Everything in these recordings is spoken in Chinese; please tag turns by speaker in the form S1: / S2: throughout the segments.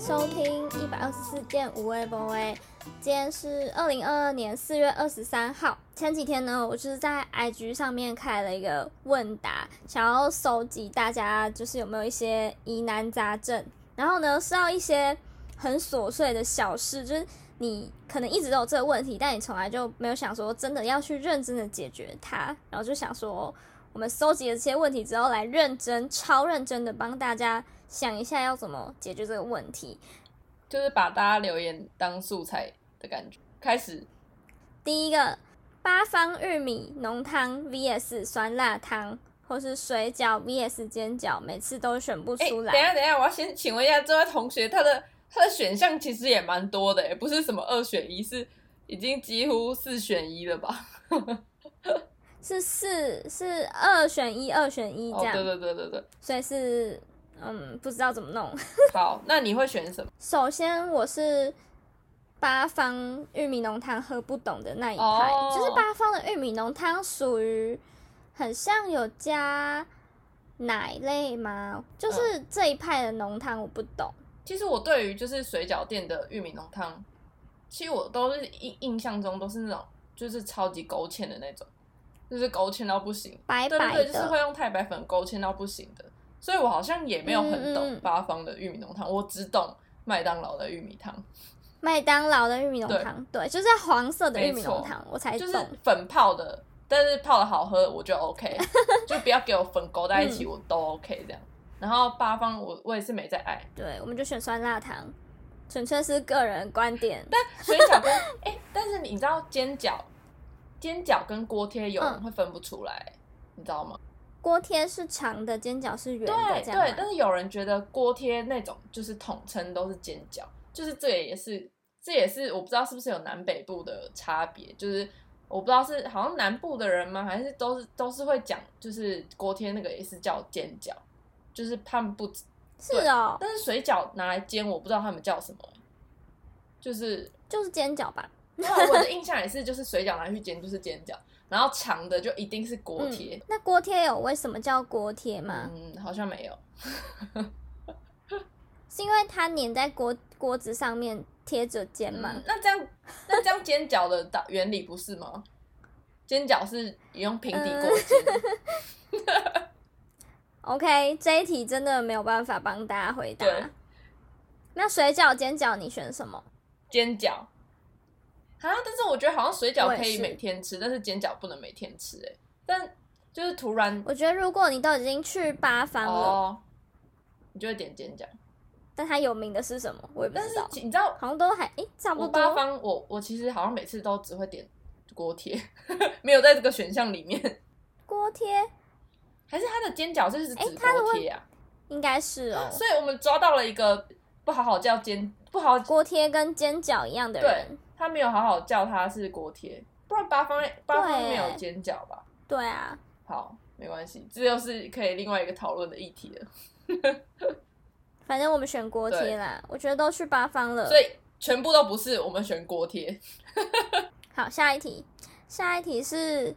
S1: 收听一百二十四件无微博微。今天是二零二二年四月二十三号。前几天呢，我就是在 IG 上面开了一个问答，想要搜集大家就是有没有一些疑难杂症，然后呢是要一些很琐碎的小事，就是你可能一直都有这个问题，但你从来就没有想说真的要去认真的解决它，然后就想说。我们搜集了这些问题之后，来认真、超认真的帮大家想一下要怎么解决这个问题。
S2: 就是把大家留言当素材的感觉。开始，
S1: 第一个，八方玉米浓汤 VS 酸辣汤，或是水饺 VS 煎饺，每次都选不
S2: 哎、
S1: 出来。
S2: 等一下等一下，我要先请问一下这位同学，他的他的选项其实也蛮多的，哎，不是什么二选一，是已经几乎四选一了吧？
S1: 是四是二选一，二选一
S2: 哦
S1: 这，样，
S2: 对对对对对，
S1: 所以是嗯不知道怎么弄。
S2: 好，那你会选什么？
S1: 首先我是八方玉米浓汤喝不懂的那一派
S2: 哦
S1: 就是八方的玉米浓汤属于很像有加奶类吗？就是
S2: 嗯
S1: 这一派的浓汤我不懂。
S2: 其实我对于就是水饺店的玉米浓汤，其实我都是印印象中都是那种就是超级勾芡的那种，就是勾芡到不行，
S1: 白
S2: 对对
S1: 哎白
S2: 对，就是会
S1: 的，
S2: 用太白粉勾芡到不行的，所以我好像也没有很
S1: 嗯嗯
S2: 懂
S1: 嗯
S2: 八方的玉米浓汤，我只懂麦当劳的玉米汤，
S1: 麦当劳的玉米浓汤，对，就是黄色的玉米
S2: 没错
S1: 浓汤，我才
S2: 就
S1: 哎懂。
S2: 是粉泡的，但是泡的好喝我 就 OK，就不要给我粉勾在一
S1: 嗯
S2: 起，我都 OK 这样。然后八方我我也是没在爱
S1: 对，我们就选酸辣汤，纯粹是个人观点。
S2: 水饺跟哎、但是你知道煎饺，煎饺跟锅贴有人
S1: 嗯
S2: 会分不出来，你知道吗？
S1: 锅贴是长的，煎饺是圆的，
S2: 对
S1: 这样吗
S2: 对，但是有人觉得锅贴那种就是统称都是煎饺，就是这也是这也是我不知道是不是有南北部的差别，就是我不知道是好像南部的人吗，还是都是都是会讲就是锅贴那个也是叫煎饺，就是他们不，
S1: 是哦，
S2: 但是水饺拿来煎，我不知道他们叫什么， 就是
S1: 就是煎饺吧？
S2: 对啊，我的印象也是，就是水饺拿去煎就是煎饺，然后长的就一定是
S1: 嗯
S2: 锅贴。
S1: 那锅贴有为什么叫锅贴吗？
S2: 嗯，好像没有。
S1: 是因为它粘在锅锅子上面贴着煎嘛？
S2: 嗯，那这样那这样煎饺的导原理不是吗？煎饺是你用平
S1: 嗯
S2: 底锅煎，
S1: OK，这一题真的没有办法帮大家回答
S2: 对。
S1: 那水饺、煎饺你选什么？
S2: 煎饺啊，但是我觉得好像水饺可
S1: 我也
S2: 以
S1: 是
S2: 每天吃，但是煎饺不能每天吃哎、但就是突然
S1: 我觉得如果你都已经去八方了，
S2: 哦，你就会点煎饺，
S1: 但它有名的是什么，我也不
S2: 但
S1: 知
S2: 是
S1: 道，
S2: 你知道
S1: 好像都还诶、差不
S2: 我八
S1: 多。
S2: 方，我我其实好像每次都只会点锅贴， 没有在这个选项里面。
S1: 锅贴
S2: 还是它的煎饺就是指
S1: 诶它的
S2: 锅贴啊、
S1: 应该是哦，
S2: 所以我们抓到了一个不好好叫煎，不好
S1: 锅贴跟煎饺一样的人。
S2: 他没有好好叫它是锅贴，不然八方八方没有煎饺吧？
S1: 对啊，
S2: 好，没关系，这又是可以另外一个讨论的议题了。
S1: 反正我们选锅贴
S2: 对
S1: 啦。我觉得都去八方了，
S2: 所以全部都不是，我们选锅贴。
S1: 好，下一题，下一题是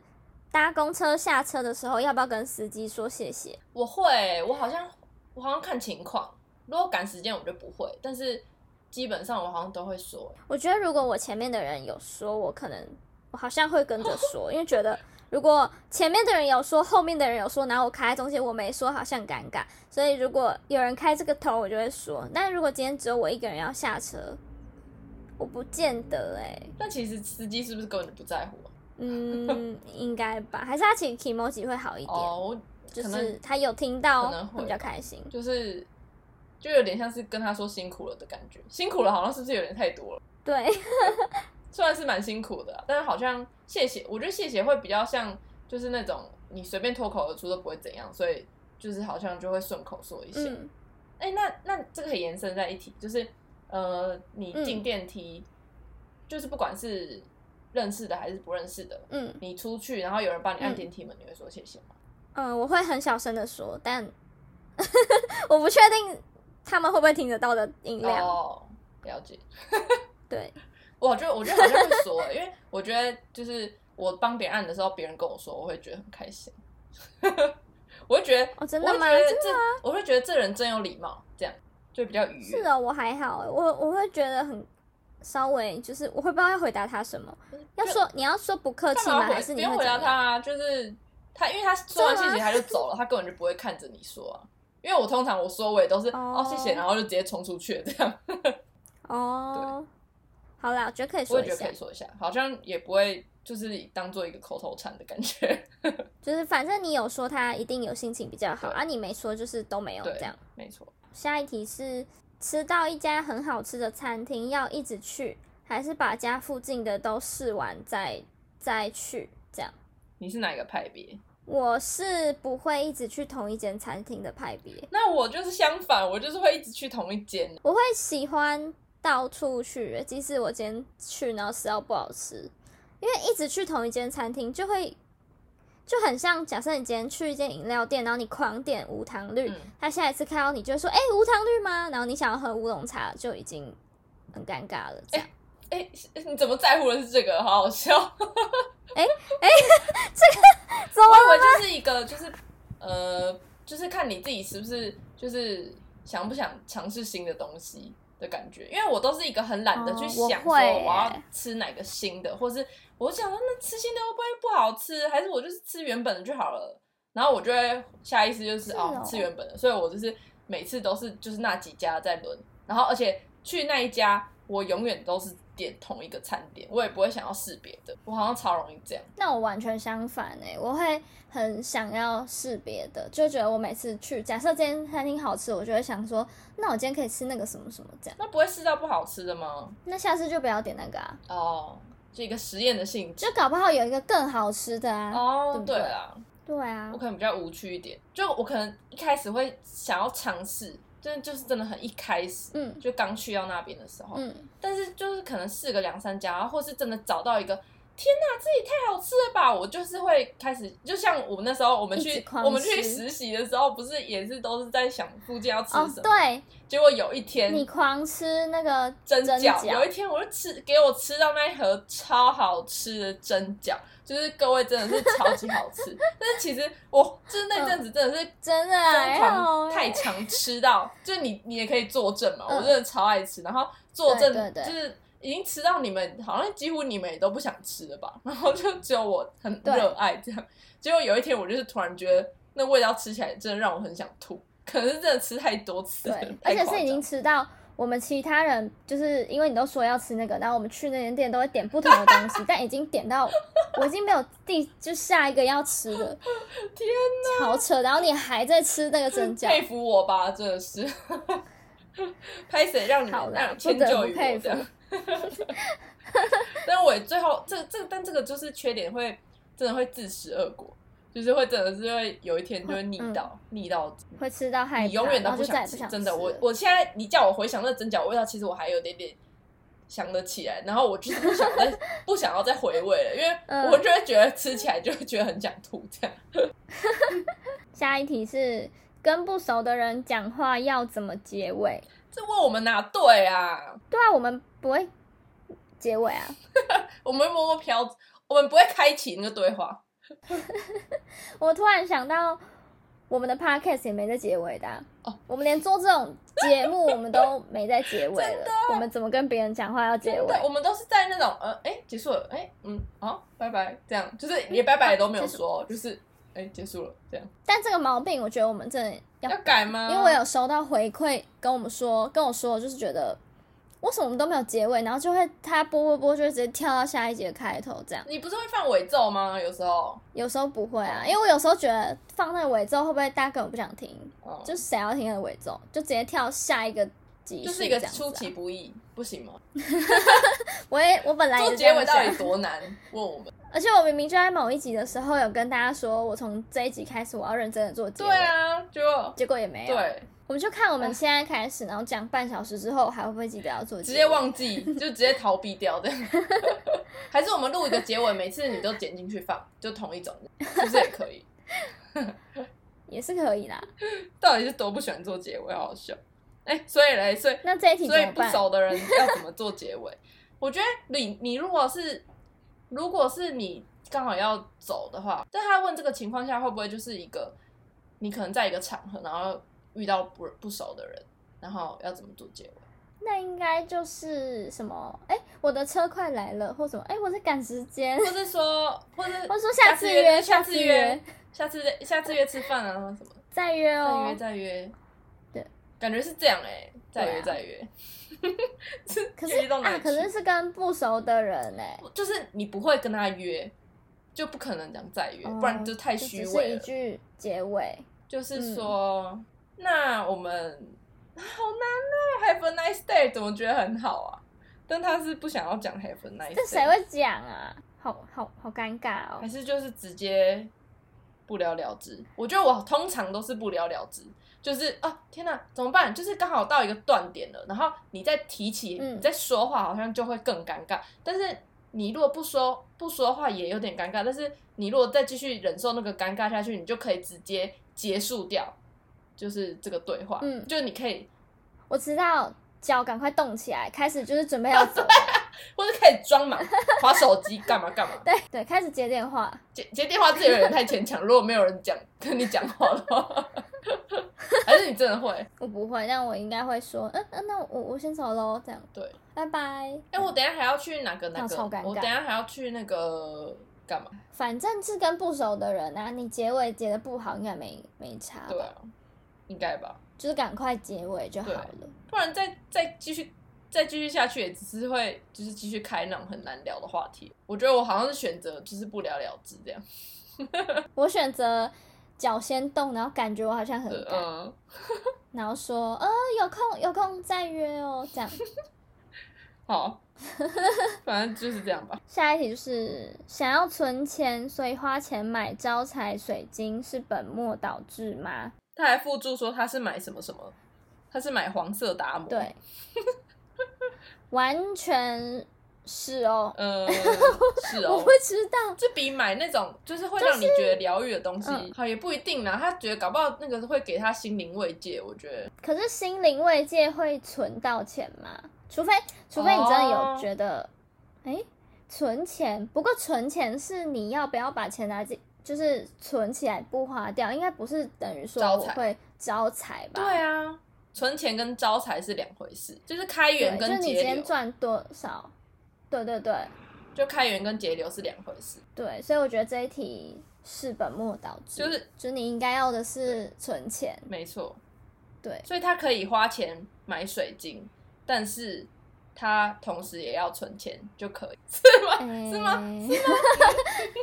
S1: 搭公车下车的时候要不要跟司机说谢谢？
S2: 我会，我好像我好像看情况，如果赶时间我就不会，但是基本上我好像都会说、
S1: 我觉得如果我前面的人有说，我可能我好像会跟着说，因为觉得如果前面的人有说，后面的人有说，然后我卡在中间我没说，好像很尴尬。所以如果有人开这个头，我就会说。但如果今天只有我一个人要下车，我不见得哎、
S2: 但其实司机是不是根本就不在乎啊、
S1: 嗯，应该吧，还是他请 k i m o j i 会好一点，
S2: 哦，我
S1: 就
S2: 可能
S1: 是他有听到
S2: 可能，会
S1: 会比较开心。
S2: 就是就有点像是跟他说辛苦了的感觉，辛苦了好像是不是有点太多了？
S1: 对，
S2: 虽然是蛮辛苦的啊、但是好像谢谢，我觉得谢谢会比较像就是那种你随便脱口而出都不会怎样，所以就是好像就会顺口说一些。
S1: 嗯。
S2: 哎、那那这个可以延伸在一起，就是呃，你进电梯，就是不管是认识的还是不认识的，
S1: 嗯
S2: 你出去然后有人帮你按
S1: 嗯
S2: 电梯门，你会说谢谢吗？
S1: 嗯，我会很小声的说，但 我不确定他们会不会听得到的音量。
S2: 哦，了解。
S1: 对，
S2: 我觉得，我觉得好像会说、欸因为我觉得就是我帮别人按的时候，别人跟我说，我会觉得很开心。 我会觉得，
S1: 哦真的吗
S2: 我会觉得
S1: 真
S2: 这，我会觉得这人真有礼貌，这样就比较愉悦。
S1: 是哦，我还好，我我会觉得很稍微就是我会不知道要回答他什么，要说你要说不客气
S2: 干
S1: 吗？
S2: 嘛
S1: 还
S2: 回
S1: 是
S2: 不
S1: 你
S2: 用
S1: 会
S2: 回
S1: 怎
S2: 答
S1: 么
S2: 嗯他
S1: 样？
S2: 啊？就是他，因为他说完
S1: 真
S2: 谢
S1: 的吗
S2: 谢他就走了，他根本就不会看着你说啊。因为我通常我说我也都是
S1: 哦
S2: 哦谢谢，然后就直接冲出去了这样。
S1: 哦，好啦，我觉得可以
S2: 我
S1: 说
S2: 也
S1: 一
S2: 觉得
S1: 下
S2: 可以，说一下，好像也不会就是当做一个口头禅的感觉。
S1: 就是反正你有说他一定有心情比较好
S2: 对
S1: 啊，你没说就是都没有
S2: 对
S1: 这样。
S2: 没错，
S1: 下一题是吃到一家很好吃的餐厅要一直去，还是把家附近的都试完再再去这样？
S2: 你是哪一个派别？
S1: 我是不会一直去同一间餐厅的派别，
S2: 那我就是相反，我就是会一直去同一间。
S1: 我会喜欢到处去，即使我今天去然后吃到不好吃，因为一直去同一间餐厅就会就很像，假设你今天去一间饮料店，然后你狂点无糖绿，
S2: 嗯
S1: 他下一次看到你就会说：“哎、无糖绿吗？”然后你想要喝乌龙茶就已经很尴尬了，这样。
S2: 哎、你怎么在乎的是这个？好好 笑。
S1: 怎么
S2: 我以为就是一个，就是呃，就是看你自己是不是就是想不想尝试新的东西的感觉。因为我都是一个很懒得去
S1: 哦我
S2: 想说
S1: 会耶
S2: 我要吃哪个新的，或是我想说那吃新的会不会不好吃，还是我就是吃原本的就好了。然后我就会下意识就
S1: 是
S2: 是哦
S1: 哦
S2: 吃原本的，所以我就是每次都是就是那几家在轮，然后而且去那一家我永远都是点同一个餐点，我也不会想要试别的，我好像超容易这样。
S1: 那我完全相反哎、我会很想要试别的，就觉得我每次去，假设这间餐厅好吃，我就会想说，那我今天可以吃那个什么什么这样，
S2: 那不会试到不好吃的吗？
S1: 那下次就不要点那个啊，
S2: 哦，就一个实验的性质
S1: 就。搞不好有一个更好吃的啊。对
S2: 哦
S1: 不，
S2: 对
S1: 对
S2: 啦，
S1: 对啊
S2: 我，可能比较无趣一点，就我可能一开始会想要尝试，真的就是真的很一开始，
S1: 嗯
S2: 就刚去到那边的时候，
S1: 嗯，
S2: 但是就是可能试个两三家，或是真的找到一个，天哪，这也太好吃了吧！我就是会开始，就像我那时候我们
S1: 一直
S2: 去
S1: 狂
S2: 我们去
S1: 吃
S2: 实习的时候，不是也是都是在想附近要吃
S1: 哦
S2: 什么，
S1: 对，
S2: 结果有一天
S1: 你狂吃那个
S2: 蒸饺。有一
S1: 饺，
S2: 天我就吃，给我吃到那一盒超好吃的蒸饺，就是各位真的是超级好 吃。但是其实我就是那
S1: 嗯
S2: 阵子真的是
S1: 真的
S2: 疯
S1: 还好
S2: 狂
S1: 欸
S2: 太常吃到， 就是你你也可以作证嘛，
S1: 嗯
S2: 我真的超爱吃，然后作证
S1: 对对对
S2: 就是。已经吃到你们好像几乎你们也都不想吃了吧， 然后就只有我很
S1: 对
S2: 热爱这样。结果有一天我就是突然觉得那味道吃起来真的让我很想吐，可能是真的吃太多次了，
S1: 对，
S2: 太
S1: 而且
S2: 夸
S1: 是已
S2: 张
S1: 经吃到我们其他人，就是因为你都说要吃那个，然后我们去那间店都会点不同的东 西，但已经点到我已经没有第就下一个要吃的，
S2: 天
S1: 哪，好扯！然后你还在吃那个蒸
S2: 佩
S1: 饺，
S2: 服我吧，真的是。 拍谁让你
S1: 好
S2: 们
S1: 啦
S2: 让你迁就于
S1: 不得
S2: 我
S1: 不
S2: 这样？ 但我最后这这但这个就是缺点会，真的会自食恶果，就是会真的是会有一天就会腻到、腻到，
S1: 会吃到嗯害怕，
S2: 你永远都
S1: 然后就再也
S2: 想
S1: 不
S2: 吃。
S1: 想
S2: 真的，
S1: 吃
S2: 我
S1: 了
S2: 我现在你叫我回想那蒸饺味道，其实我还有点点想得起来，然后我就是不想 再不想要再回味了，因为
S1: 嗯
S2: 我就会觉得吃起来就会觉得很想吐这样。
S1: 下一题是跟不熟的人讲话要怎么结尾？
S2: 这问我们哪对啊？
S1: 对啊，我们不会结尾啊，
S2: 我们会默默飘，我们不会开启那个对话。
S1: 我突然想到，我们的 podcast 也没在结尾的啊、
S2: 哦
S1: 我们连做这种节目，我们都没在结 尾了。我们怎么跟别人讲话要结尾
S2: 对，？我们都是在那种呃，哎、结束了，哎、嗯，好、拜拜，这样，就是连拜拜都没有
S1: 啊
S2: 说，就是哎、结束了，这样
S1: 但这个毛病，我觉得我们真的要，
S2: 要改吗？
S1: 因为我有收到回馈跟我们说，跟我说就是觉得为什么我们都没有结尾，然后就会他播播播就会直接跳到下一集的开头这样。
S2: 你不是会放尾奏吗？有时候，
S1: 有时候不会啊，因为我有时候觉得放那个尾奏会不会大家根本不想听，
S2: 哦、
S1: 就是谁要听那个尾奏，就直接跳下一个集数
S2: 就是一个
S1: 这样子啊
S2: 出其不意，不行吗？
S1: 我也我本来也
S2: 做
S1: 是这
S2: 结
S1: 样啊
S2: 尾到
S1: 想
S2: 底多难？问我们。
S1: 而且我明明就在某一集的时候有跟大家说，我从这一集开始我要认真的做结 尾，
S2: 对啊，结果
S1: 结果也没有。，
S2: 对，啊
S1: 我们就看我们现在开始，然后讲半小时之后还会不会记得要做结
S2: 直
S1: 尾
S2: 接。忘记，就直接逃避掉 这样。还是我们录一个结尾，每次你都剪进去放，就同一种，是不是也可以？
S1: 也是可以啦。
S2: 到底是多不喜欢做结尾，好好笑。哎、所以嘞，所以
S1: 那这一题怎
S2: 所以
S1: 么
S2: 不
S1: 办？
S2: 熟的人要怎么做结尾？ 我觉得你你如果是如果是你刚好要走的话，但他问这个情况下会不会就是一个你可能在一个场合，然后遇到不不熟的人，然然后要怎么做结尾？
S1: 那应该就是什么？哎、我的车快来了，或什么？哎、我在赶时间，
S2: 或是说，或是
S1: 我说
S2: 下
S1: 下次约，
S2: 下
S1: 次
S2: 约，，下次下次约吃饭啊，然后什么
S1: 再约
S2: 再
S1: 哦
S2: 约。再约，
S1: 对，
S2: 感觉是这样哎、欸，再
S1: 对
S2: 约
S1: 啊
S2: 再约，
S1: 可
S2: 约
S1: 是
S2: 到哪
S1: 啊，
S2: 里
S1: 可是是跟不熟的人哎、
S2: 就是你不会跟他约，就不可能讲再约，
S1: 哦
S2: 不然就太
S1: 就
S2: 虚
S1: 只是
S2: 伪
S1: 一
S2: 了。
S1: 句嗯结尾。
S2: 就是说，那我们好难哦、h a v e a nice day，怎么觉得很好啊？但他是不想要讲 Have a nice day，
S1: 这谁会讲啊？好好好尴尬哦
S2: 还！是就是直接不了了之。我觉得我通常都是不了了之，就是啊，天哪，怎么办？就是刚好到一个断点了，然后你再提起，
S1: 嗯
S2: 你再说话，好像就会更尴尬。但是你如果不说不说话也有点尴尬，但是你如果再继续忍受那个尴尬下去，你就可以直接结束掉，就是这个对话。
S1: 嗯
S2: 就是你可以，
S1: 我知道，脚赶快动起来，开始就是准备要走 了。
S2: 或者可以装忙，划手机干嘛干嘛。
S1: 对对，开始接电话。
S2: 接接电话这有点太牵 强，如果没有人讲跟你讲话的 话，还是你真的会？
S1: 我不会，但我应该会说，嗯嗯，那我我先走喽，这样。
S2: 对，
S1: 拜拜。
S2: 哎、我等一下还要去哪个哪
S1: 那
S2: 个？
S1: 超尴尬
S2: 我等一下还要去那个干嘛？
S1: 反正是跟不熟的人啊，你结尾结的不好，应该没没差吧？
S2: 对啊，应该吧，
S1: 就是赶快结尾就好了。
S2: 不然再再继续再继续下去，也只是会就是继续开那种很难聊的话题。我觉得我好像是选择就是不了了之这样。
S1: 我选择脚先动，然后感觉我好像很
S2: 对，
S1: 赶，
S2: 嗯，
S1: 然后说，呃，有空有空再约哦，这样。
S2: 好，反正就是这样吧。
S1: 下一题就是想要存钱，所以花钱买招财水晶是本末倒置吗？
S2: 他还附注说他是买什么什么，他是买黄色达摩。
S1: 对，完全是哦，
S2: 呃，是
S1: 我
S2: 哦
S1: 不，知道。
S2: 这比买那种就是会让你觉得疗愈的东西，
S1: 嗯
S2: 好也不一定啦。他觉得搞不好那个会给他心灵慰藉，我觉得
S1: 可是心灵慰藉会存到钱吗？除非除非你真的有觉
S2: 哦
S1: 得，哎、存钱。不过存钱是你要不要把钱拿进，就是存起来不花掉，应该不是等于说
S2: 招
S1: 我
S2: 财
S1: 会招财吧？
S2: 对啊。存钱跟招财是两回事，就是开
S1: 对，
S2: 源
S1: 就是
S2: 跟
S1: 你今
S2: 节
S1: 天
S2: 流，
S1: 赚多少？对对对
S2: 就开源跟节流是两回事。
S1: 对，所以我觉得这一题是本末倒置，
S2: 就是
S1: 就是你应该要的是存钱，
S2: 没错，
S1: 对
S2: 所以他可以花钱买水晶，但是他同时也要存钱就 可以， 是吗？是吗？
S1: 哎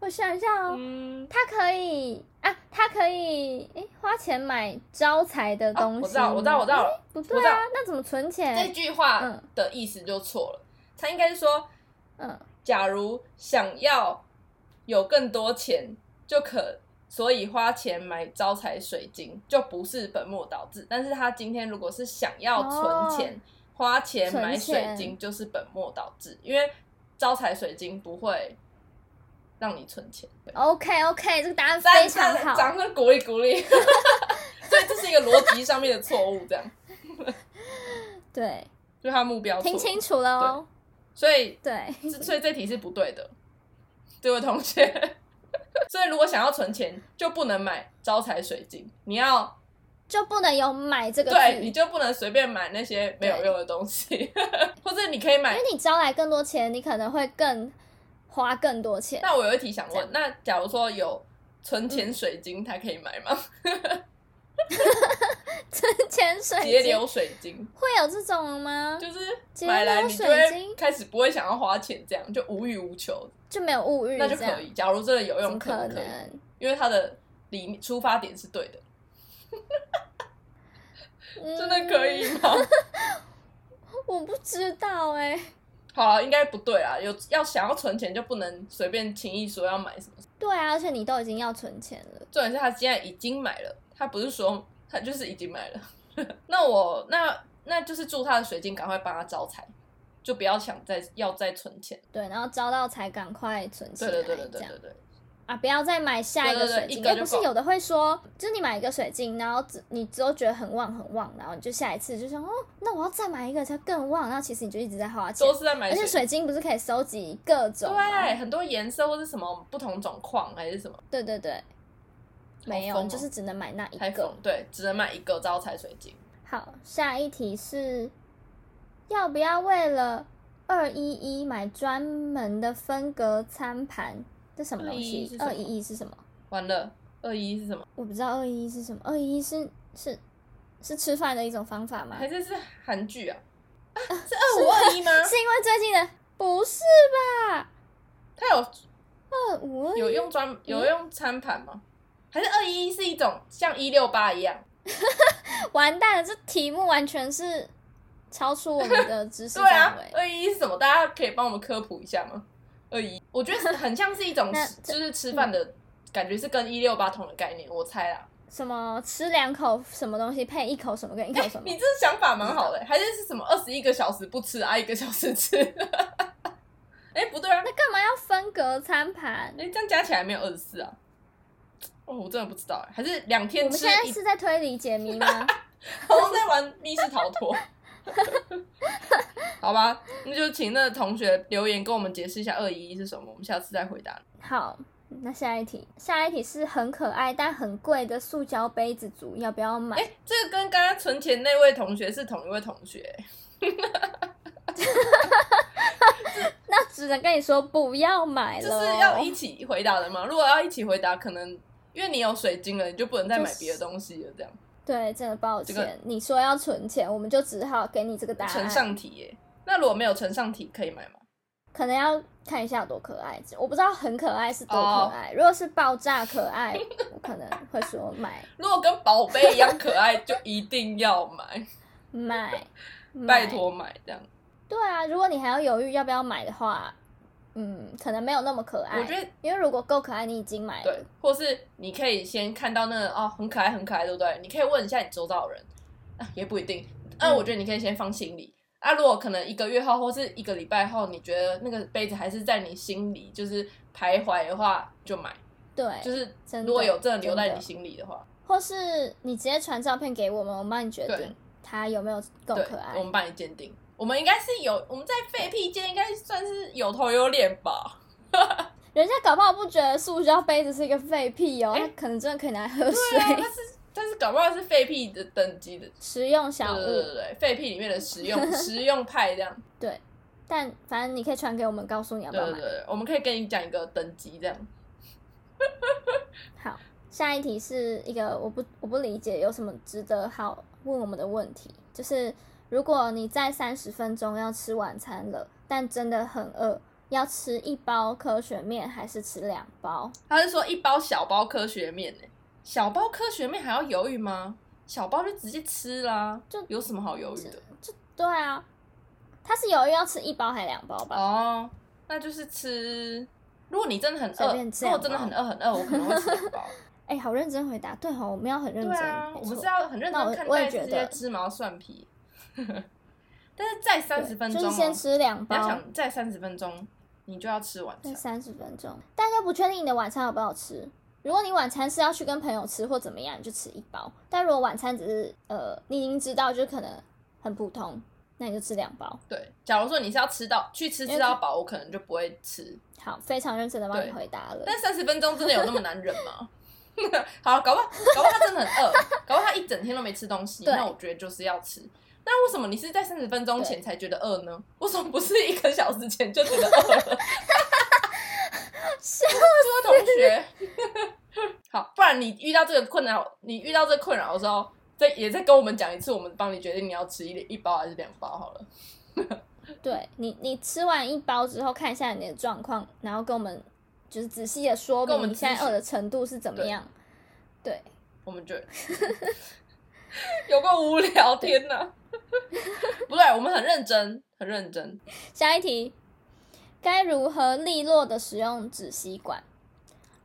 S1: 我想一下哦，
S2: 嗯，
S1: 他可以啊，他可以诶、花钱买招财的东西、
S2: 哦我知道我知道我知道了
S1: 诶不对
S2: 我知道
S1: 啊，那怎么存
S2: 这
S1: 钱？
S2: 句话
S1: 嗯
S2: 的意思就错了，他应该是说
S1: 嗯，
S2: 假如想要有更多钱，就可所以花钱买招财水晶，就不是本末倒置。但是他今天如果是想要存钱，
S1: 哦
S2: 花钱买水
S1: 存
S2: 晶
S1: 钱
S2: 就是本末倒置，因为招财水晶不会让你存钱。对
S1: OK OK，这个答案
S2: 大
S1: 非
S2: 家
S1: 常好，
S2: 掌声鼓励鼓励。 所以这是一个逻辑上面的错误，这样
S1: 对，
S2: 就他目标错
S1: 听
S2: 了
S1: 清楚了哦，
S2: 所以
S1: 对，
S2: 这所以这题是不对的，这位同学。 所以如果想要存钱，就不能买招财水晶，你要
S1: 就不能有买这个字，
S2: 对，你
S1: 因
S2: 就不能随便买那些没有用的东西， 或者你可以买
S1: 为。你招来更多钱，你可能会更花更多钱。
S2: 那我有一题想问，那假如说有存
S1: 嗯
S2: 钱水晶，它可以买吗？
S1: 存 钱
S2: 节
S1: 水晶
S2: 流水晶
S1: 会有这种吗？
S2: 就是
S1: 节
S2: 买来
S1: 流
S2: 你就
S1: 水
S2: 会
S1: 晶
S2: 开始不会想要花钱，这样就无欲无求，
S1: 就没有物欲，
S2: 那就
S1: 这
S2: 可
S1: 样
S2: 以。假如真的有
S1: 怎
S2: 用，
S1: 么
S2: 可能可以，
S1: 能？
S2: 因为它的理念出发点是对的， 真的可以
S1: 嗯？
S2: 吗？
S1: 我不知道哎、
S2: 好了，应该不对啦。有要想要存钱，就不能随便轻易说要买什么。
S1: 对啊，而且你都已经要存钱了，
S2: 重点是他现在已经买了，他不是说他就是已经买了。 那我那那就是祝他的水晶赶快帮他招财，就不要想再要再存钱。
S1: 对，然后招到才赶快存起
S2: 对
S1: 来，
S2: 对对对
S1: 这
S2: 对
S1: 样
S2: 对对，
S1: 啊，不要再买下一个
S2: 对对对
S1: 水
S2: 一
S1: 晶。
S2: 个
S1: 哎，
S2: 就
S1: 不是
S2: 够
S1: 有的会说，就是你买一个水晶，然后只你只有觉得很旺很旺，然后你就下一次就说哦，那我要再买一个才更旺，然后其实你就一直在花钱
S2: 都。是在买
S1: 而且
S2: 水。
S1: 水晶不是可以收集各种吗？
S2: 对，很多颜色或是什么不同种矿还是什么
S1: 对对对，没有，
S2: 疯哦
S1: 你就是只能买那一
S2: 太
S1: 个
S2: 疯，。对，只能买一个招财水晶。
S1: 好，下一题是要不要为了二一一买专门的分隔餐盘？这什么东
S2: 211
S1: 西
S2: 是？什么
S1: 二一一是什么？
S2: 完了，二一是什么？
S1: 我不知道二一一是什么。二一一是是是吃饭的一种方法吗？
S2: 还是是韩剧啊？啊，是二五二一吗？
S1: 是因为最近的？不是吧？
S2: 它有
S1: 二五二嗯
S2: 有用专有用餐盘吗？还是二一一是一种像一六八一样？
S1: 完蛋了，这题目完全是超出我们的知识
S2: 对啊
S1: 范围，。
S2: 二一一是什么？大家可以帮我们科普一下吗？二一，我觉得是很像是一 种
S1: 那嗯
S2: 就是吃饭的感觉，是跟一六八同的概念，我猜啦。
S1: 什么吃两口什么东西配一口什么跟一口什么？
S2: 你这想法蛮好的，还是是什么二十一个小时不吃啊，一个小时吃？ 哎、不对啊，
S1: 那干嘛要分隔餐 盘？
S2: 哎、这样加起来没有二十四啊？哦，我真的不知道哎，还是两
S1: 我
S2: 天
S1: 们
S2: 吃
S1: 现在
S2: 一
S1: 是在推理解谜吗？
S2: 好像在玩密室逃脱。 好吧，那就请那个同学留言跟我们解释一下二一一是什么，我们下次再回答。
S1: 好，那下一题，下一题是很可爱但很贵的塑胶杯子组，要不要买？
S2: 哎、这个跟刚刚存钱那位同学是同一位同学、
S1: 那只能跟你说不要买
S2: 就
S1: 了哦，
S2: 是要一起回答的嘛。如果要一起回答，可能因为你有水晶了，你就不能再买别的东西了，这样
S1: 对，真的抱
S2: 这
S1: 歉，
S2: 个
S1: 你说要存钱，我们就只好给你这个答
S2: 呈
S1: 案。
S2: 上题耶、那如果没有呈上题，可以买吗？
S1: 可能要看一下有多可爱，我不知道很可爱是多
S2: 哦
S1: 可爱。如果是爆炸可爱，我可能会说买
S2: 如果跟宝贝一样可爱，就一定要买，
S1: 买，买
S2: 拜。托买这样。
S1: 对啊，如果你还要犹豫要不要买的话，嗯，可能没有那么可爱。
S2: 我觉得
S1: 因为如果够可爱，你已经买了。
S2: 对，或是你可以先看到那个哦，很可爱，很可爱，对不对？你可以问一下你周遭的人，啊，也不一定。那、
S1: 嗯
S2: 我觉得你可以先放心里。啊，如果可能一个月后或是一个礼拜后，你觉得那个杯子还是在你心里就是徘徊的话，就买。
S1: 对，
S2: 就是
S1: 哎真的
S2: 如果有真的留在
S1: 真
S2: 你
S1: 的
S2: 心里的话，
S1: 或是你直接传照片给我们，我们帮你决
S2: 对
S1: 定它有没有够
S2: 对
S1: 可，
S2: 我
S1: 爱。
S2: 们帮你鉴定。我们应该是有，我们在废屁界应该算是有头有脸 吧？
S1: 人家搞不好不觉得塑胶杯子是一个废屁哦，
S2: 哎
S1: 它可能真的可以拿来喝
S2: 对啊，
S1: 水
S2: 但，是但是搞不好是废屁的等级的，
S1: 实用
S2: 对
S1: 小
S2: 对
S1: 物
S2: 对。对对，废屁里面的实 用实用派这样。
S1: 对，但反正你可以传给我们，告诉你要不
S2: 对
S1: 要
S2: 对
S1: 买。
S2: 对，我们可以跟你讲一个等级这样。
S1: 好，下一题是一个我不我不理解有什么值得好问我们的问题，就是如果你在三十分钟要吃晚餐了，但真的很饿，要吃一包科学面还是吃两包？
S2: 他是说一包小包科学面呢、欸小包科学面还要犹豫吗？小包就直接吃啦，
S1: 就
S2: 有什么好犹豫的？
S1: 对啊，他是有意要吃一包还两包吧？
S2: 哦，那就是吃。如果你真的很
S1: 随
S2: 饿，
S1: 便吃
S2: 如果真的很饿很饿，我可能会吃两包。
S1: 哎、好认真回答，对哦吼，我们要很 认
S2: 对
S1: 真，
S2: 啊，
S1: 没
S2: 我们
S1: 错
S2: 是要很认
S1: 那
S2: 真
S1: 我
S2: 看
S1: 我也
S2: 待这
S1: 觉得
S2: 些芝麻蒜皮。 但是再三十
S1: 对
S2: 分钟、
S1: 就
S2: 哦，
S1: 是先吃两
S2: 你要
S1: 包，
S2: 想再三十分钟，你就要吃晚
S1: 对，
S2: 餐。
S1: 三十分钟，但又不确定你的晚餐好不好吃。如果你晚餐是要去跟朋友吃或怎么样，你就吃一包；但如果晚餐只是呃，你已经知道就可能很普通，那你就吃两包。
S2: 对，假如说你是要吃到去吃
S1: 因
S2: 吃
S1: 为
S2: 到
S1: 这
S2: 饱，我可能就不会吃。
S1: 好，非常认真的帮你
S2: 对
S1: 回答了。
S2: 但三十分钟真的有那么难忍吗？ 好，搞不好搞不好他真的很饿， 搞不好他一整天都没吃东西，
S1: 对
S2: 那我觉得就是要吃。那为什么你是在三十分钟前才觉得饿呢？为什么不是一个小时前就觉得饿了？
S1: 笑
S2: 这位同学， 好，不然你遇到这个困扰，你遇到这个困扰的时候，再也再跟我们讲一次，我们帮你决定你要吃一一包还是两包好了。
S1: 对你，你吃完一包之后，看一下你的状况，然后跟我们就是仔细的说
S2: 跟我
S1: 明
S2: 们
S1: 你现
S2: 咨
S1: 在
S2: 询
S1: 饿的程度是怎么
S2: 对
S1: 样。对，
S2: 我们就有个无聊，天哪！ 不对，我们很认真，很认真。
S1: 下一题，该如何利落的使用纸吸管？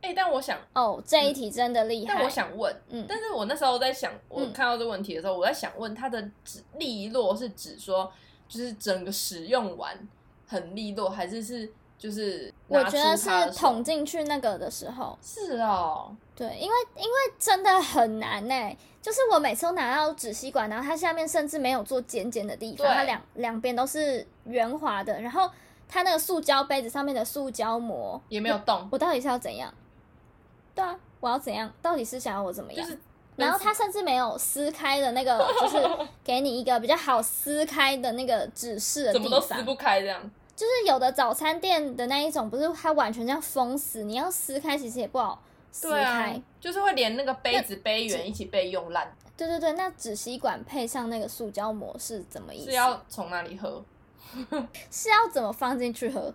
S2: 哎、但我想
S1: 哦，这一题真的厉害。
S2: 但我，想问，
S1: 嗯，
S2: 但是我那时候在想，我
S1: 嗯
S2: 看到这问题的时候，我在想问它的指利落是指说，就是整个使用完很利落，还是是就是
S1: 我
S2: 拿
S1: 觉
S2: 出
S1: 得
S2: 它
S1: 是
S2: 的时候
S1: 捅进去那个的时候，
S2: 是哦，
S1: 对，因为因为真的很难呢、就是我每次都拿到纸吸管，然后它下面甚至没有做尖尖的地方，
S2: 对
S1: 它两两边都是圆滑的，然后它那个塑胶杯子上面的塑胶膜，
S2: 也没有动，
S1: 我到底是要怎样？对啊，我要怎样？到底是想要我怎么
S2: 就
S1: 样？
S2: 是
S1: 然后它甚至没有撕开的那个，就是 给你一个比较好撕开的那个指示的
S2: 怎
S1: 地
S2: 么都撕
S1: 方。
S2: 不开这样。
S1: 就是有的早餐店的那一种，不是它完全这样封死，你要撕开其实也不好撕
S2: 对啊
S1: 开。，
S2: 就是会连那个杯子杯缘一起被用烂，
S1: 对对对，那纸吸管配上那个塑胶膜是怎么意思？
S2: 是要从哪里喝？
S1: 是要怎么放进去喝？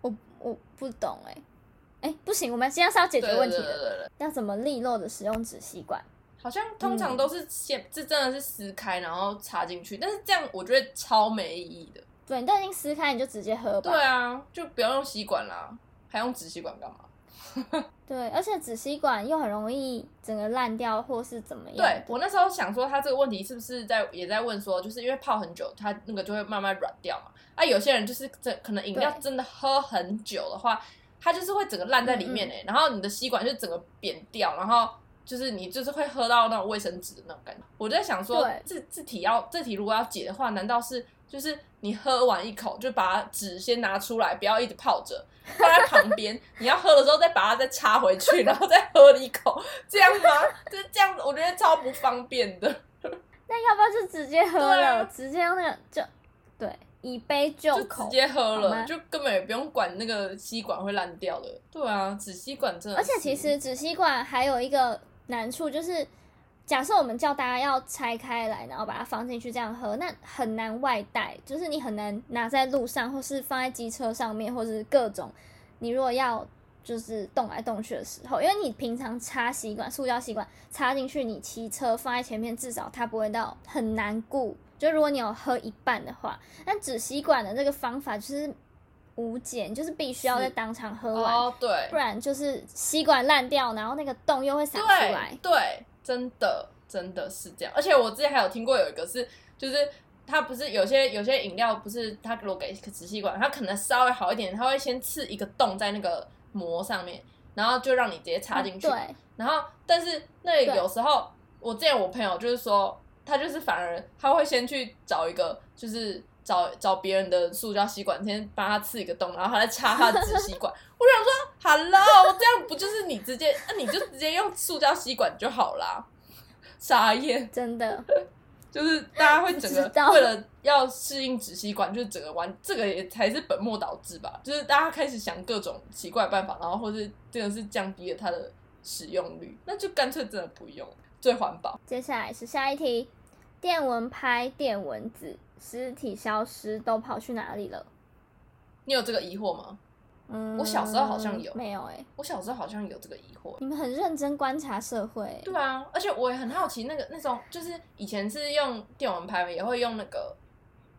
S1: 我我不懂哎、哎、不行，我们今天是要解
S2: 对
S1: 决
S2: 对
S1: 问
S2: 对
S1: 题
S2: 对
S1: 的，
S2: 对对，
S1: 要怎么利落的使用纸吸管？
S2: 好像通
S1: 嗯
S2: 常都是先，这真的是撕开然后插进去，但是这样我觉得超没意义的。
S1: 对，你都已经撕开，你就直接喝吧。
S2: 对啊，就不要用吸管啦，还用纸吸管干嘛？
S1: 对，而且纸吸管又很容易整个烂掉或是怎么样。
S2: 对我那时候想说，他这个问题是不是在也在问说，就是因为泡很久，它那个就会慢慢软掉嘛。啊，有些人就是真可能饮料
S1: 对
S2: 真的喝很久的话，它就是会整个烂在里面
S1: 嗯嗯
S2: 哎、然后你的吸管就整个扁掉，然后就是你就是会喝到那种卫生纸的那种感觉。我在想说
S1: 对，
S2: 这这题要这题如果要解的话，难道是就是你喝完一口就把纸先拿出来，不要一直泡着。放在旁边，你要喝的时候再把它再插 回去，然后再喝一口，这样吗？就是这样，我觉得超不方便的，
S1: 那要不要就直接喝
S2: 对
S1: 了？
S2: 啊
S1: 直接用那个就对，以杯就
S2: 就
S1: 口
S2: 直。接
S1: 好
S2: 喝
S1: 吗
S2: 了，就根本也不用管那个吸管会烂掉的。对啊，纸吸管真的
S1: 而
S2: 是，
S1: 且其实纸吸管还有一个难处就是，假设我们叫大家要拆开来，然后把它放进去这样喝，那很难外带，就是你很难拿在路上，或是放在机车上面，或是各种。你如果要就是动来动去的时候，因为你平常插吸管、塑胶吸管插进去，你骑车放在前面，至少它不会到很难顾。就如果你有喝一半的话，那纸吸管的这个方法就是无解，你就是必须要在
S2: 是
S1: 当场喝完，
S2: 哦，对
S1: 不，然就是吸管烂掉，然后那个洞又会洒出来
S2: 对。对，真的真的是这样。而且我之前还有听过有一个是，就是它不是有些有些饮料不是它如果给纸吸管，它可能稍微好一点，它会先刺一个洞在那个膜上面，然后就让你直接
S1: 哦
S2: 插进去。
S1: 对，
S2: 然后，但是那
S1: 对
S2: 有时候我之前我朋友就是说，他就是反而他会先去找一个，就是找找别人的塑胶吸管，先帮他刺一个洞，然后他再插他的纸吸管。我想说，Hello，这样不就是你直接，那、你就直接用塑胶吸管就好啦。傻眼，
S1: 真的。
S2: 就是大 家会整
S1: 知道
S2: 个为了要适应纸吸管，就是整个玩这个也才是本末倒置吧。就是大家开始想各种奇怪的办法，然后或是真的是降低了它的使用率，那就干脆真的不用，最环保。
S1: 接下来是下一题：电蚊拍、电蚊子，尸体消失都跑去哪里了？
S2: 你有这个疑惑吗？
S1: 嗯，
S2: 我小时候好像有
S1: 没有哎、
S2: 我小时候好像有这个疑惑。
S1: 你们很认真观察社会欸、
S2: 对啊，而且我也很好奇，那个那种就是以前是用电蚊拍嘛，也会用那个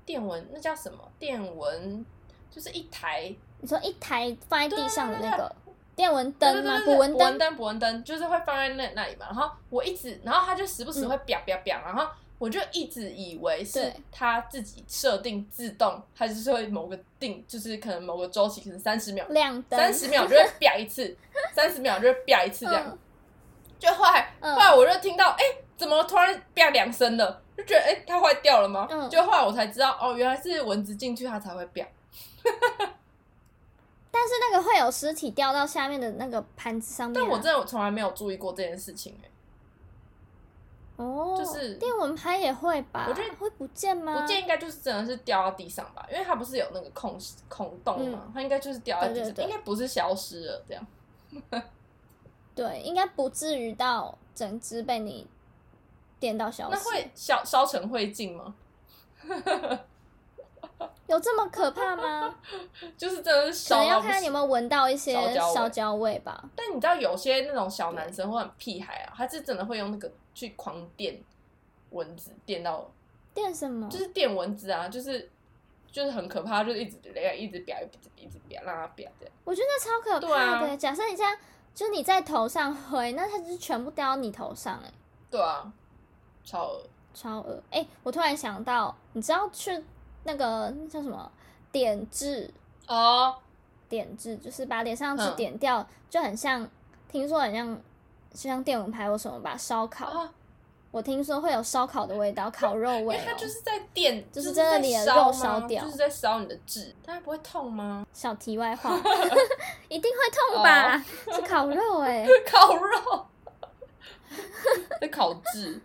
S2: 电蚊，那叫什么？电蚊就是一台
S1: 你说一台放在地上的那
S2: 对
S1: 个电蚊灯吗？捕
S2: 捕
S1: 蚊
S2: 蚊
S1: 灯，
S2: 灯，捕蚊灯就是会放在那那里嘛。然后我一直，然后它就时不时会啪啪啪，然后我就一直以为是
S1: 嗯对
S2: 它自己设定自动，它就是会某个定，就是可能某个周期，可能三十秒，
S1: 亮灯，
S2: 三十秒就会啪一次，三十秒就会啪一次这样。
S1: 嗯
S2: 就后来，
S1: 嗯
S2: 后来我就听到，哎、怎么突然啪两声了？就觉得，哎、它坏掉了吗？
S1: 嗯
S2: 就后来我才知道，哦，原来是蚊子进去它才会啪。
S1: 但是那个会有尸体掉到下面的那个盘子上面啊、
S2: 但我真的从来没有注意过这件事情、哎
S1: 哦，
S2: 就是
S1: 电蚊拍也会吧？
S2: 我觉得
S1: 会不见吗？
S2: 不见应该就是真的是掉到地上吧，因为它不是有那个空空洞嘛，它应该就是掉在地
S1: 嗯
S2: 上，
S1: 对对对
S2: 应该不是消失了这样。
S1: 对，应该不至于到整只被你电到消失。
S2: 那会烧烧成灰烬吗？
S1: 有这么可怕 吗？
S2: 就是真的是
S1: 可能
S2: 烧
S1: 要
S2: 到不
S1: 看你有
S2: 行。
S1: 没有闻到一些
S2: 烧焦味
S1: 烧焦味吧。
S2: 但你知道有些那种小男生或很屁孩啊，他是真的会用那个去狂电蚊子，电到
S1: 电什么？
S2: 就是电蚊子啊，就是就是很可怕，就是一直一直表一直一直表让它表这样。
S1: 我觉得那超可怕的。欸
S2: 对啊
S1: 假设你这样，就你在头上挥，那它就是全部掉到你头上、哎，
S2: 对啊，超恶。
S1: 超恶。哎、我突然想到，你知道去那个那叫什么点痣？
S2: 哦，
S1: 点痣，就是把脸上的痣
S2: 嗯
S1: 点掉，就很像，听说很像，就像电蚊拍或什么吧，烧烤。
S2: 啊
S1: 我听说会有烧烤的味道，烤肉
S2: 因
S1: 味、
S2: 为
S1: 哦。
S2: 它就是在电，
S1: 就是
S2: 是
S1: 真的
S2: 在
S1: 你的
S2: 烧
S1: 肉
S2: 吗
S1: 烧掉
S2: 就是在烧你的痣，它不会痛吗？
S1: 小题外 话，
S2: 哦
S1: 一定会痛吧？是烤肉哎、
S2: 烤肉，在烤制。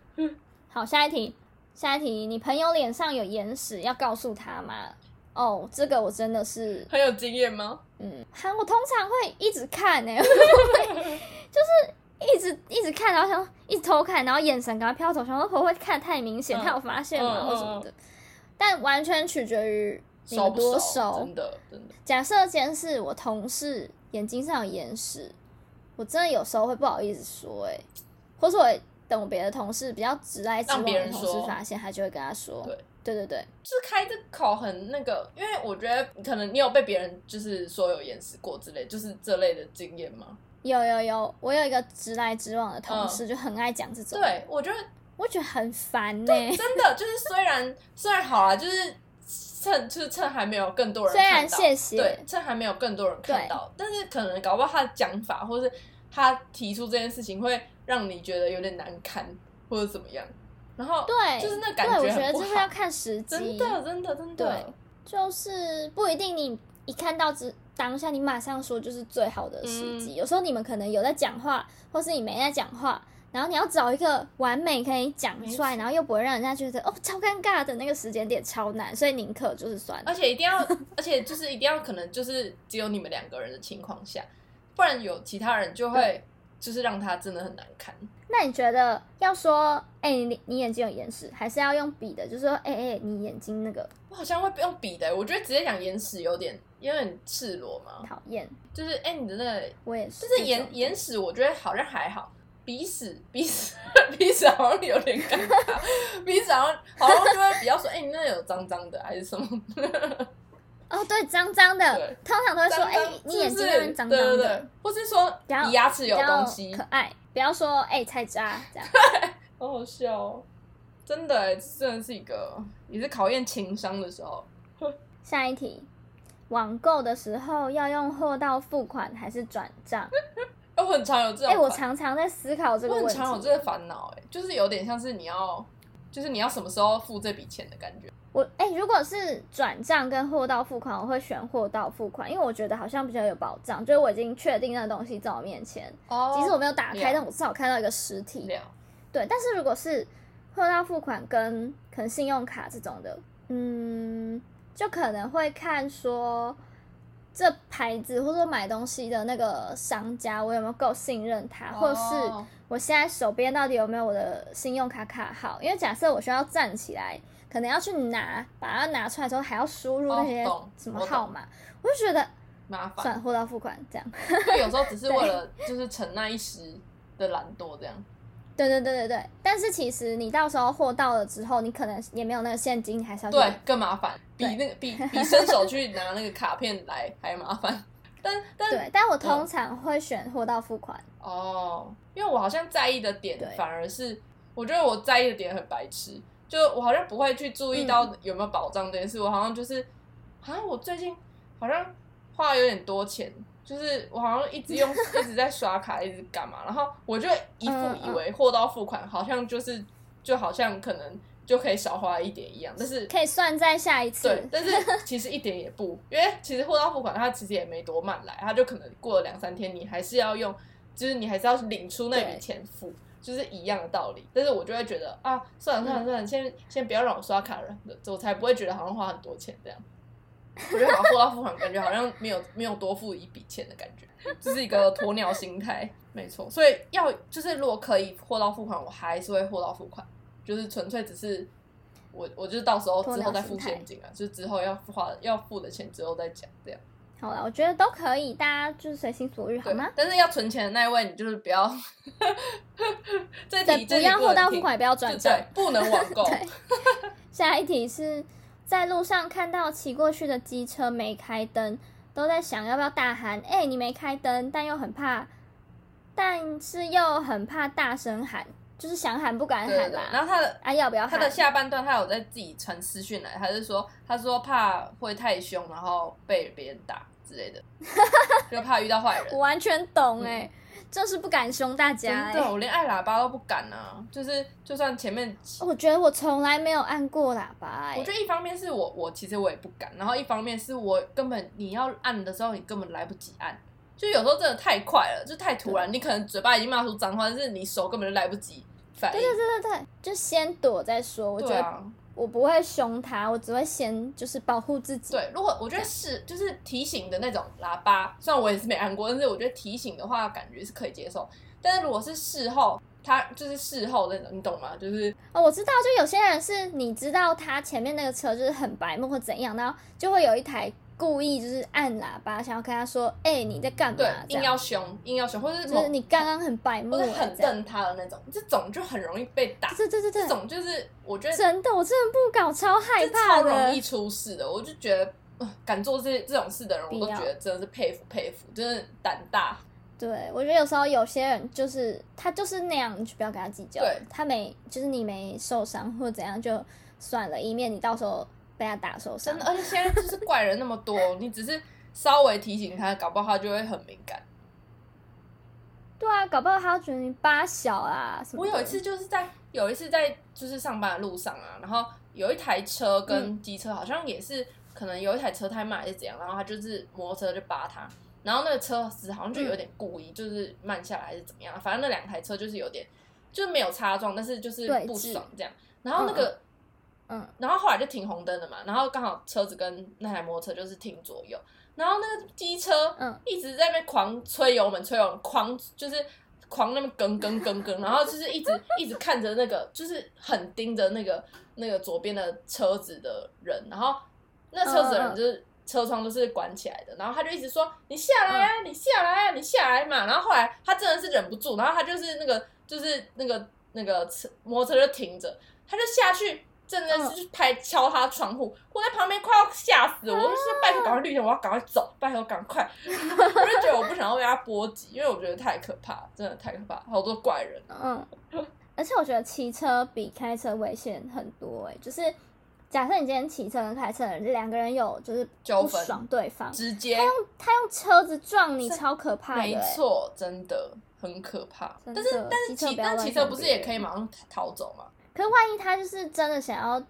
S1: 好，下一题，下一题，你朋友脸上有眼屎，要告诉他吗？哦，这个我真的是，
S2: 很有经验吗？
S1: 嗯，哈，我通常会一直看呢、我 就会就是一直一直看，然后想一直偷看，然后眼神赶快飘走，想说会不会看太明显，
S2: 嗯
S1: 他有发现吗，
S2: 嗯
S1: 或什么的。但完全取决于你
S2: 熟
S1: 们
S2: 不
S1: 多
S2: 熟？真的真的，
S1: 假设今天是我同事眼睛上有眼屎，我真的有时候会不好意思说、欸，哎，或是我会等我别的同事比较直来直往
S2: 让别
S1: 的
S2: 人
S1: 同
S2: 说
S1: 事发现，他就会跟他说，
S2: 对
S1: 对对对
S2: 就是开这口很那个，因为我觉得可能你有被别人就是说有掩饰过之类，就是这类的经验吗？
S1: 有有有，我有一个直来直往的同事，就很爱讲这种，
S2: 嗯对，，我觉得
S1: 我觉得很烦呢、欸。
S2: 真的就是虽然 虽然好啦，就是趁就是趁还没有更多人
S1: 虽然
S2: 看到，
S1: 谢谢，
S2: 对，趁还没有更多人看到，但是可能搞不好他的讲法或是他提出这件事情会让你觉得有点难堪或者怎么样，然后
S1: 对
S2: 就是那感
S1: 对，我觉
S2: 很
S1: 得
S2: 不
S1: 就是要
S2: 好，
S1: 看时机，
S2: 真的真的真的
S1: 对，就是不一定你一看到只当下你马上说就是最好的时
S2: 嗯
S1: 机。有时候你们可能有在讲话，或是你没在讲话，然后你要找一个完美可以讲出来，然后又不会让人家觉得哦超尴尬的那个时间点超难，所以宁可就是算了
S2: 而。且一定要，而且就是一定要，可能就是只有你们两个人的情况下，不然有其他人就会就是让他真的很难看。
S1: 那你觉得要说哎、你你眼睛有眼屎，还是要用笔的？就是说哎哎、你眼睛那个
S2: 我好像会用笔的，我觉得直接讲眼屎有点有点赤裸嘛，
S1: 讨厌，
S2: 就是哎、你的那个
S1: 我也是这
S2: 就是
S1: 种。
S2: 眼眼屎，我觉得好像还好。鼻屎，鼻屎， 鼻屎好像有点尴尬，鼻屎好像好像就会比较说，哎、你那有脏脏的还是什么？
S1: 哦，对，脏脏的
S2: 对，
S1: 通常都会说
S2: 脏
S1: 哎、
S2: 脏，
S1: 你眼睛那
S2: 是不是
S1: 边脏脏
S2: 对
S1: 的。
S2: 对对，或是说
S1: 比较
S2: 你牙齿有
S1: 比较
S2: 东西，
S1: 可爱，不要说哎、菜渣这 样。
S2: 好好笑哦！真的欸，这真的是一个也是考验情商的时候。
S1: 下一题，网购的时候要用货到付款还是转账？
S2: 哎，我很常有这种
S1: 哎、
S2: 烦，
S1: 我常常在思考这个
S2: 我
S1: 问
S2: 很
S1: 题。
S2: 常有这个烦恼，哎，就是有点像是你要，就是你要什么时候付这笔钱的感觉。
S1: 我哎、如果是转账跟货到付款，我会选货到付款，因为我觉得好像比较有保障，就是我已经确定那个东西在我面前，
S2: 哦
S1: 即使我没有打开，
S2: 了
S1: 但我至少看到一个实体。
S2: 了
S1: 对，但是如果是货到付款跟可能信用卡这种的，嗯，就可能会看说这牌子或者说买东西的那个商家，我有没有够信任他，或
S2: 哦
S1: 是我现在手边到底有没有我的信用卡卡号？因为假设我需要站起来，可能要去拿，把它拿出来之后还要输入那
S2: 哦
S1: 些
S2: 懂
S1: 什么
S2: 我懂
S1: 号码，我就觉得
S2: 麻
S1: 算
S2: 烦，
S1: 了货到付款这样。
S2: 就有时候只是为了就是逞那一时的懒惰这样。
S1: 对对对对对，但是其实你到时候货到了之后，你可能也没有那个现金，你还是要去
S2: 对，更麻烦，比
S1: 对
S2: 那个比比伸手去拿那个卡片来还麻烦。但但
S1: 对，但我
S2: 嗯
S1: 通常会选货到付款。
S2: 哦，因为我好像在意的点
S1: 对
S2: 反而是，我觉得我在意的点很白痴，就我好像不会去注
S1: 嗯
S2: 意到有没有保障这件事，我好像就是，好像我最近好像花有点多钱，就是我好像 一直用一直在刷卡，一直干嘛，然后我就一副
S1: 嗯
S2: 以为货到付款，好像就是就好像可能就可以少花一点一样，但是
S1: 可以算在下一
S2: 对
S1: 次，。
S2: 但是其实一点也不，因为其实货到付款，它其实也没多慢来，它就可能过了两三天，你还是要用，就是你还是要领出那笔
S1: 对
S2: 钱付，就是一样的道理。但是我就会觉得啊，算了算
S1: 嗯
S2: 了算了，先先不要让我刷卡了，我才不会觉得好像花很多钱 这样。我觉得把货到付款，感觉好像没有没有多付一笔钱的感觉，这是一个鸵鸟心态， 没错。所以要就是如果可以货到付款，我还是会货到付款，就是纯粹只是我我就是到时候之后再付现金啊，就是之后要花要付的钱之后再讲这样。
S1: 好了，我觉得都可以，大家就是随心所欲，好
S2: 对
S1: 吗？，
S2: 但是要存钱的那一位，你就是不要 这
S1: 对，
S2: 题
S1: 不
S2: 这题哦
S1: 要
S2: 能
S1: 货到付
S2: 听
S1: 款，不要转
S2: 对
S1: 账
S2: 对。，不能网 购。
S1: 对下一题是在路上看到骑过去的机车没开灯，都在想要不要大喊“哎、你没开灯”，但又很怕，但是又很怕大声喊，就是想喊不敢
S2: 对对
S1: 喊
S2: 对，
S1: 啦。
S2: 然后他的
S1: 啊，要不要
S2: 他
S1: 喊？
S2: 的下半段，他有在自己传私讯来，他是说，他说怕会太凶，然后被别人打 之类的，就怕遇到坏人
S1: 我。完全懂哎、就是不敢凶大家哎、
S2: 嗯真的，我连按喇叭都不敢啊！就是，就算前面，
S1: 我觉得我从来没有按过喇叭、欸，
S2: 我觉得一方面是我，我其实我也不敢，然后一方面是我根本你要按的时候，你根本来不及按，就有时候真的太快了，就太突然，你可能嘴巴已经骂出脏话，但是你手根本就来不及反应
S1: 对。对对对对，就先躲再说。我觉
S2: 对
S1: 得
S2: 啊，
S1: 我不会凶他，我只会先就是保护自己。
S2: 对，如果我觉得是就是提醒的那种喇叭，虽然我也是没按过，但是我觉得提醒的话，感觉是可以接受。但是如果是事后，他就是事后那种，你懂吗？就是
S1: 哦，我知道，就有些人是你知道他前面那个车就是很白目或怎样，然后就会有一台故意就是按喇叭，想要跟他说：“哎、你在干嘛
S2: 对，？”
S1: 这
S2: 硬
S1: 样
S2: 要凶，硬要凶，或者是
S1: 就
S2: 某
S1: 是你刚刚很白目、
S2: 或
S1: 欸，
S2: 者很
S1: 这样。
S2: 瞪他的那种，这种就很容易被打。
S1: 对对对对
S2: 这
S1: 对，
S2: 种就是我觉得
S1: 真的，我真的不搞，超害
S2: 这
S1: 怕
S2: 超容
S1: 的
S2: 易。出事的。我就觉得，呃敢做这这种事的人，我都
S1: 必要
S2: 觉得真的是佩服佩服，真的胆大。
S1: 对，我觉得有时候有些人就是他就是那样，你就不要跟他计较。
S2: 对
S1: 他没就是你没受伤或怎样就算了，以免你到时候被他打受伤
S2: 真的，。而且现在就是怪人那么多，你只是稍微提醒他，搞不好他就会很敏感。
S1: 对啊，搞不好他觉得你八小啊什么
S2: 我
S1: 的。
S2: 有一次就是在有一次在就是上班的路上啊，然后有一台车跟机车好像也是，可能有一台车太慢还是怎样，然后他就是摩托车就扒他，然后那个车子好像就有点
S1: 嗯
S2: 故意就是慢下来还是怎么样，反正那两台车就是有点就是没有擦撞，但是就是
S1: 对嗯
S2: 不
S1: 峙
S2: 爽这样。然后那个
S1: 嗯，
S2: 然后后来就停红灯了嘛，然后刚好车子跟那台摩托车就是停左右，然后那个机车
S1: 嗯
S2: 一直在那边狂吹油门，吹油门，狂就是狂那边跟跟跟跟，然后就是一直一直看着那个，就是很盯着那个那个左边的车子的人，然后那车子的
S1: 嗯嗯
S2: 人就是。车窗都是关起来的，然后他就一直说：“你下来
S1: 嗯
S2: 啊，你下来啊，你下来嘛。”然后后来他真的是忍不住，然后他就是那个就是那个那个车摩托车就停着，他就下去，真的
S1: 嗯
S2: 是去拍敲他窗户，我在旁边快要吓死
S1: 啊
S2: 了，我就说拜托赶快绿灯，我要赶快走，拜托赶快，我就觉得我不想要被他波及，因为我觉得太可怕，真的太可怕，好多怪人，
S1: 嗯，而且我觉得骑车比开车危险很多哎、就是假设你今天骑车跟开车的人两个人有就是
S2: 纠
S1: 不
S2: 纷
S1: 爽对方，
S2: 直接
S1: 他用车子撞你，
S2: 是
S1: 超可怕的、欸。
S2: 没错，真的很可怕。
S1: 真
S2: 但
S1: 的
S2: 是但是
S1: 骑车
S2: 骑
S1: 不要
S2: 但
S1: 乱
S2: 骑车不是
S1: 撞别
S2: 也可以
S1: 人
S2: 马上逃走吗？
S1: 可是万一他就是真的想要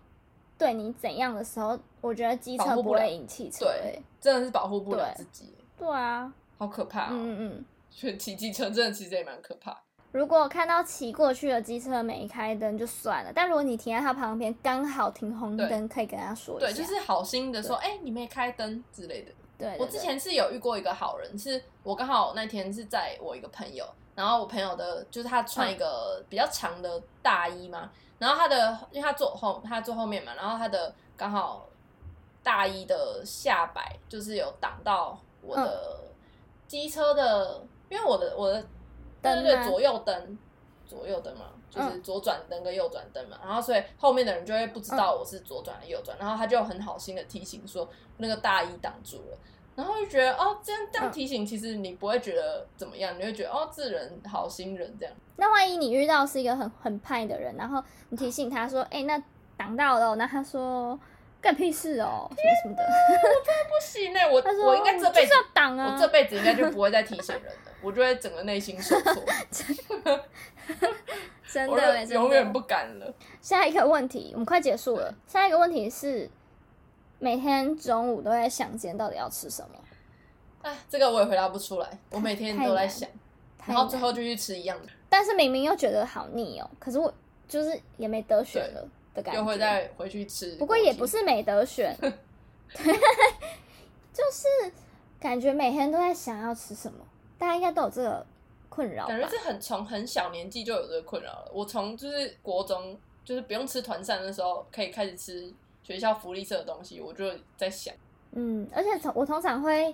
S1: 对你怎样的时候，我觉得机
S2: 保
S1: 车
S2: 护
S1: 不
S2: 不了
S1: 会赢汽车、欸。
S2: 真的是保护不了
S1: 对
S2: 自己，
S1: 对啊，
S2: 好可怕、哦。
S1: 嗯嗯嗯。
S2: 所以骑机车真的其实也蛮可怕。
S1: 如果看到骑过去的机车没开灯就算了，但如果你停在他旁边，刚好停红灯，可以跟他说一下。
S2: 对，就是好心的说，哎、你没开灯之类的。
S1: 对对
S2: 我之前是有遇过一个好人，是我刚好那天是在我一个朋友，然后我朋友的就是他穿
S1: 嗯
S2: 一个比较长的大衣嘛，然后他的因为他坐后他坐后面嘛，然后他的刚好大衣的下摆就是有挡到我的
S1: 嗯
S2: 机车的，因为我的我的对
S1: 灯啊
S2: 对对
S1: 吗
S2: 左右灯左右灯嘛，就是左转灯跟右转灯嘛，然后所以后面的人就会不知道我是左转还是右转，然后他就很好心的提醒说那个大衣挡住了。然后就觉得哦，这样这样
S1: 嗯
S2: 提醒，其实你不会觉得怎么样，你会觉得哦，这人好心人这样。
S1: 那万一你遇到是一个很很派的人，然后你提醒他说：“哎、那挡到了哦。”那他说：“干屁事哦，什么什么的。
S2: 不行呢、欸我”
S1: 他说：“
S2: 我应该这
S1: 就
S2: 辈
S1: 是
S2: 子
S1: 要，挡啊。”
S2: 我这辈子应该就不会再提醒人 了，我就会整个内心受挫，
S1: 真
S2: 我
S1: 的欸真
S2: 就
S1: 的
S2: 永远不敢了。
S1: 下一个问题，我们快结束了。下一个问题是，每天中午都在想今天到底要吃什么，
S2: 哎，这个我也回答不出来，我每天
S1: 太
S2: 都在
S1: 难
S2: 想，
S1: 太
S2: 然后最
S1: 难
S2: 后就去吃一样的，
S1: 但是明明又觉得好腻哦，可是我就是也没得选了的感
S2: 又会
S1: 觉。
S2: 再回去吃。
S1: 不过也不，是没得选，对， 就是感觉每天都在想要吃什么，大家应该都有这个困扰
S2: 感觉
S1: 吧？
S2: 是很从很小年纪就有这个困扰了。我从就是国中，就是不用吃团膳的时候，可以开始吃学校福利社的东西，我就在想，
S1: 嗯，而且从我通常会，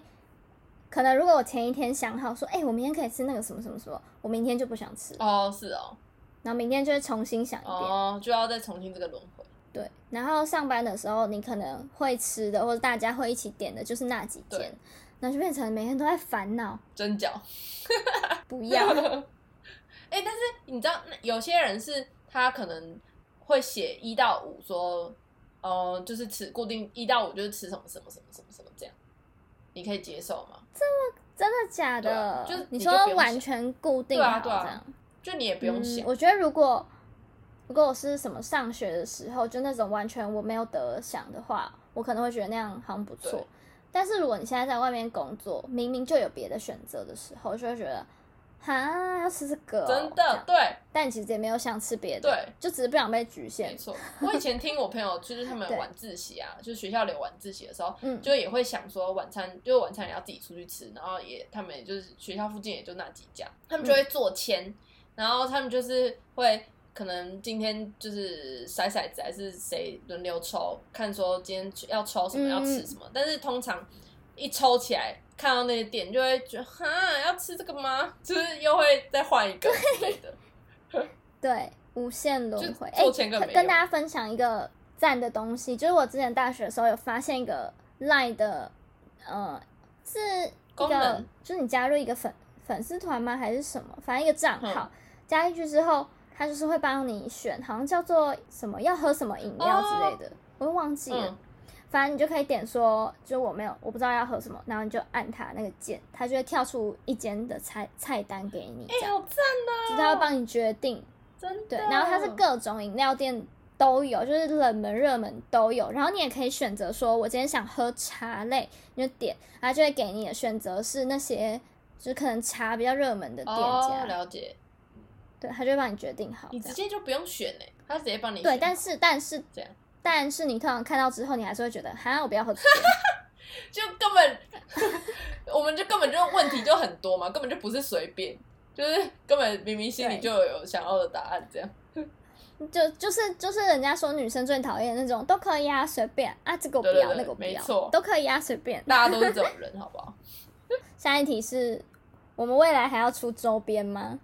S1: 可能如果我前一天想好说，哎、我明天可以吃那个什么什么什么，我明天就不想吃，
S2: 哦，是哦，
S1: 然后明天就会重新想一遍。
S2: 哦，就要再重新这个轮回。
S1: 对，然后上班的时候，你可能会吃的，或者大家会一起点的，就是那几
S2: 对
S1: 间，那就变成每天都在烦恼，
S2: 蒸饺，
S1: 不 要
S2: 哎、但是你知道，那有些人是他可能会写一到五，说，呃，就是吃固定一到五就是吃什么什么什么什么什么这样，你可以接受吗？
S1: 真的假
S2: 对
S1: 的？
S2: 啊就是
S1: 你
S2: 你就不
S1: 说
S2: 用
S1: 完
S2: 想
S1: 全固定
S2: 对啊
S1: 好这
S2: 对啊
S1: 样，
S2: 就你也不用
S1: 嗯
S2: 想，。
S1: 我觉得如果如果我是什么上学的时候，就那种完全我没有得想的话，我可能会觉得那样好像不错
S2: 对。
S1: 但是如果你现在在外面工作，明明就有别的选择的时候，就会觉得哈，要吃这个哦、
S2: 真
S1: 这
S2: 的
S1: 样，
S2: 对
S1: 但其实也没有想吃别的，
S2: 对，
S1: 就只是不想被局
S2: 没
S1: 限。
S2: 错。我以前听我朋友就是他们
S1: 对
S2: 晚自习啊，就是学校里有晚自习的时候，
S1: 嗯，
S2: 就也会想说晚餐，就晚餐也要自己出去吃，然后也他们也就是学校附近也就那几家，他
S1: 嗯
S2: 们就会做签，然后他们就是会可能今天就是筛骰子还是谁轮流抽，看说今天要抽什么
S1: 嗯
S2: 要吃什么，但是通常一抽起来。看到那些店就会觉得哈要吃这个吗？ 就是又会再换一个之类的。
S1: 对，无限轮回。
S2: 就做前更
S1: 可
S2: 没
S1: 跟
S2: 有
S1: 大家分享一个赞的东西，就是我之前大学的时候有发现一个 Line 的，呃，是一
S2: 功
S1: 个
S2: 能，
S1: 就是你加入一个粉粉丝团吗？还是什么？反正一个账
S2: 嗯
S1: 号，加进去之后，它就是会帮你选，好像叫做什么要喝什么饮料之类的，我又忘记了。
S2: 哦嗯
S1: 反正你就可以点说，就我没有，我不知道要喝什么，然后你就按它那个键，它就会跳出一间的菜菜单给你，
S2: 哎、
S1: 这样，
S2: 好赞呐、
S1: 就是它会帮你决定
S2: 真的。
S1: 对，然后它是各种饮料店都有，就是冷门、热门都有。然后你也可以选择说，我今天想喝茶类，你就点，它就会给你的选择是那些就是可能茶比较热门的店
S2: 哦，
S1: 家，
S2: 了解。
S1: 对，它就会帮你决定好。
S2: 你
S1: 这
S2: 直
S1: 样
S2: 接就不用选哎、他直接帮你选好。
S1: 对，但是但是
S2: 这样
S1: 但是你通常看到之后，你还是会觉得，哈，我不要喝这个。
S2: 就根本，我们就根本就问题就很多嘛，根本就不是随便，就是根本明明心里
S1: 对
S2: 就有想要的答案这样。
S1: 就就是就是人家说女生最讨厌那种都可以啊，随便啊，这个我不
S2: 对
S1: 要，
S2: 对对
S1: 那个我不
S2: 没
S1: 要
S2: 错，
S1: 都可以啊，随便。
S2: 大家都是这种人，好不 好？
S1: 下一题是我们未来还要出周边吗？